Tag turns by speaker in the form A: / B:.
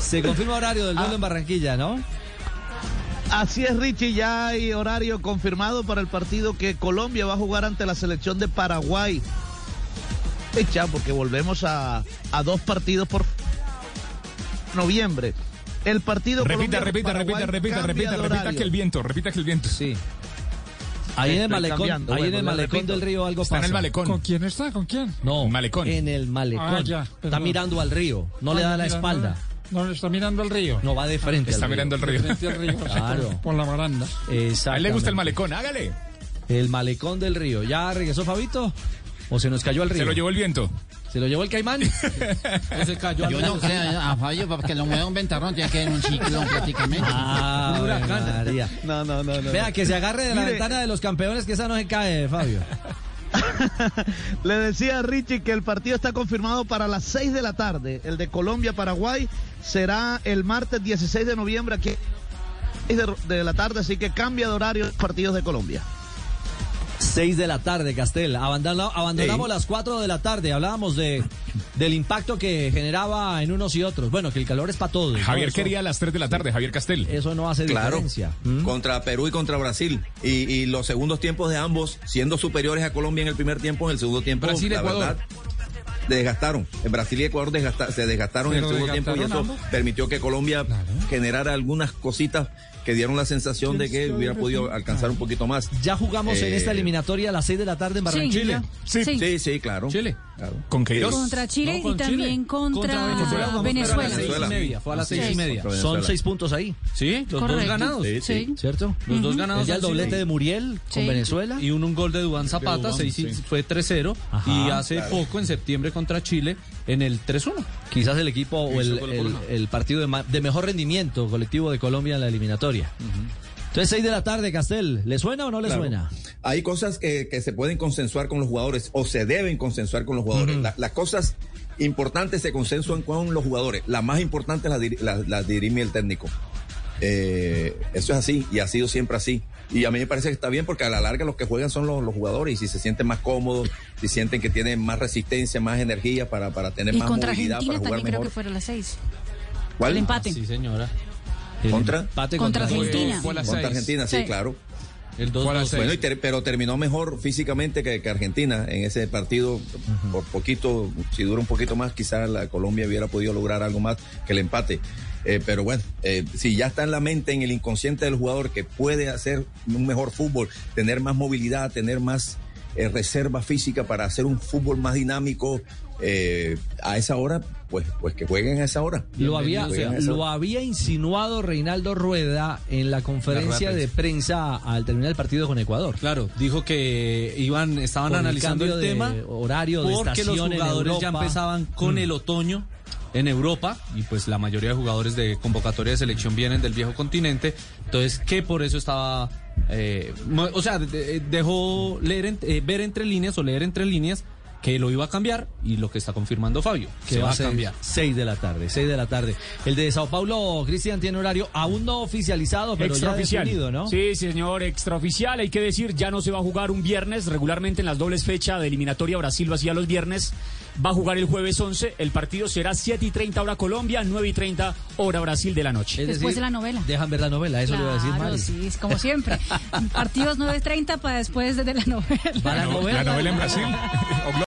A: Se confirma horario del
B: Ah.
A: duelo en Barranquilla, ¿no?
C: Así es, Richie, ya hay horario confirmado para el partido que Colombia va a jugar ante la selección de Paraguay. Echa, porque volvemos a, a dos partidos por noviembre. El partido
B: Repita,
C: Colombia-
B: repita, repita,
C: Paraguay
B: repita,
C: cambia
B: repita,
C: de
B: repita
C: horario.
B: que el viento, repita que el viento.
A: Sí. Ahí en el
C: Estoy
A: malecón,
C: cambiando,
A: ahí en
C: bueno,
A: el
C: le
A: malecón
C: repito.
A: del río algo
B: Está en
A: pasa.
B: el malecón.
D: ¿Con quién está? ¿Con quién?
A: No,
B: Malecón.
A: en el malecón.
D: Ah, ya,
A: está
D: perdón.
A: mirando al río, no le
D: Ah,
A: da la
D: mirando-
A: espalda,
D: No, le está mirando al río.
A: no va de frente.
B: Está
A: al río.
B: mirando el río.
D: Ah, Frente al río, así
A: Claro.
D: por, por la baranda.
B: A él le gusta el
A: malecón.
B: malecón, hágale.
A: El malecón del río. ¿Ya regresó Fabito? ¿O se nos cayó al río?
B: Se lo llevó el viento.
A: ¿Se lo llevó el caimán? ¿O se cayó al
E: Yo
A: río?
E: no creo a Fabio porque lo mueve un ventarrón, ya queda en un ciclón prácticamente.
A: Ah, María.
C: No, no, no, no.
A: Vea, que se agarre de la
C: Mire.
A: ventana de los campeones, que esa no se cae, Fabio.
C: Le decía a Richie que el partido está confirmado para las 6 de la tarde. El de Colombia-Paraguay será el martes 16 de noviembre aquí seis de de la tarde, así que cambia de horario los partidos de Colombia.
A: Seis de la tarde, Castel. Abandona- abandonamos las cuatro de la tarde. Hablábamos de, del impacto que generaba en unos y otros. Bueno, que el calor es para todos. ¿no?
B: Javier
A: Eso-
B: quería a las 3 de la tarde, Javier Castel.
A: Eso no hace
F: Claro,
A: diferencia. ¿Mm?
F: contra Perú y contra Brasil. Y, y los segundos tiempos de ambos, siendo superiores a Colombia en el primer tiempo, en el segundo tiempo,
D: Brasil,
F: la
D: Ecuador.
F: verdad, desgastaron. En Brasil y Ecuador desgasta- se desgastaron en el
D: Pero
F: segundo tiempo y eso
D: desgastaron ambos.
F: permitió que Colombia generara algunas cositas que dieron la sensación de que hubiera podido alcanzar un poquito más.
A: Ya jugamos en
F: Eh,
A: esta eliminatoria a las seis de la tarde en Barranquilla.
B: Sí.
G: Sí.
F: Sí, sí, claro.
B: Chile.
F: Claro.
B: Con Queiroz.
G: Contra Chile
D: No, con
G: y también
D: Chile.
A: Ah,
G: contra,
D: Contra Venezuela.
G: Venezuela.
F: Venezuela.
H: y media, fue a las seis
G: Sí.
H: y media.
F: Contra
A: Son
F: Venezuela.
A: seis puntos ahí,
H: Sí, los dos
G: Correcto.
H: ganados.
F: Sí, sí.
G: Sí.
A: ¿cierto?
H: Los dos ganados.
A: Ya el
H: al Chile.
A: doblete de Muriel con
G: Sí.
A: Venezuela.
H: Y un, un gol de Dubán Zapata,
B: Duván,
H: seis y-
B: sí.
H: fue 3-0.
A: Ajá.
H: y hace poco, en septiembre, contra Chile, en el 3-1.
A: Quizás el equipo o el, el- el partido de, ma- de mejor rendimiento colectivo de Colombia en la eliminatoria. Entonces, 6 de la tarde, Castel. ¿Le suena o no le
F: Claro.
A: suena?
F: Hay cosas que, que se pueden consensuar con los jugadores o se deben consensuar con los jugadores. La- las cosas importantes se consensuan con los jugadores. La más importante la, dir- la- la dirime el técnico. Eh, eso es así y ha sido siempre así. Y a mí me parece que está bien porque a la larga los que juegan son los, los jugadores y si se sienten más cómodos, si sienten que tienen más resistencia, más energía para, para tener
G: Y
F: más
G: contra
F: movilidad,
G: Argentina
F: para jugar
G: también creo que
F: mejor.
G: fueron las seis.
F: ¿Cuál?
G: El empate.
H: Sí, señora.
F: ¿Contra?
A: Empate
G: Contra Argentina.
H: Fue a las
F: Contra
H: 6.
F: Argentina, sí,
G: Sí.
F: claro.
H: El
B: Fue a las seis.
H: 2-2.
F: Pues Bueno, y ter- pero terminó mejor físicamente que, que Argentina en ese partido. Por poquito, si dura un poquito más, quizás la Colombia hubiera podido lograr algo más que el empate. Eh, pero bueno, eh, si ya está en la mente, en el inconsciente del jugador que puede hacer un mejor fútbol, tener más movilidad, tener más eh, reserva física para hacer un fútbol más dinámico eh, a esa hora, pues, pues que jueguen a esa hora.
A: Lo había,
F: Que jueguen a esa
A: lo
F: hora.
A: había insinuado Reinaldo Rueda en la conferencia de prensa al terminar el partido con Ecuador.
H: Claro, dijo que iban, estaban
A: Por el
H: analizando el,
A: cambio de
H: tema
A: horario, de
H: porque los
A: estación en
H: jugadores ya
A: Europa. Mm.
H: empezaban con el otoño en Europa y pues la mayoría de jugadores de convocatoria de selección vienen del viejo continente, entonces que por eso estaba, eh, mo- o sea, de- de- dejó leer en- eh, ver entre líneas o leer entre líneas que lo iba a cambiar y lo que está confirmando Fabio, que
A: que
H: va a
A: ser
H: cambiar.
A: 6 de la tarde, 6 de la tarde. El de Sao Paulo, Cristian, tiene horario aún no oficializado, pero ya
I: extraoficial.
A: definido, ¿no?
I: Sí, señor, extraoficial. Hay que decir, ya no se va a jugar un viernes. Regularmente en las dobles fechas de eliminatoria Brasil lo hacía los viernes. Va a jugar el jueves 11. El partido será 7 y 30 hora Colombia, 9 y 30 hora Brasil de la noche.
A: Es
G: Después de la novela.
A: Dejan ver la novela, eso le iba a decir
G: Claro,
A: Mari.
G: sí, es como siempre. Partidos 9.30 para después de la novela.
A: Va la
B: No,
A: novela.
B: La novela en Brasil.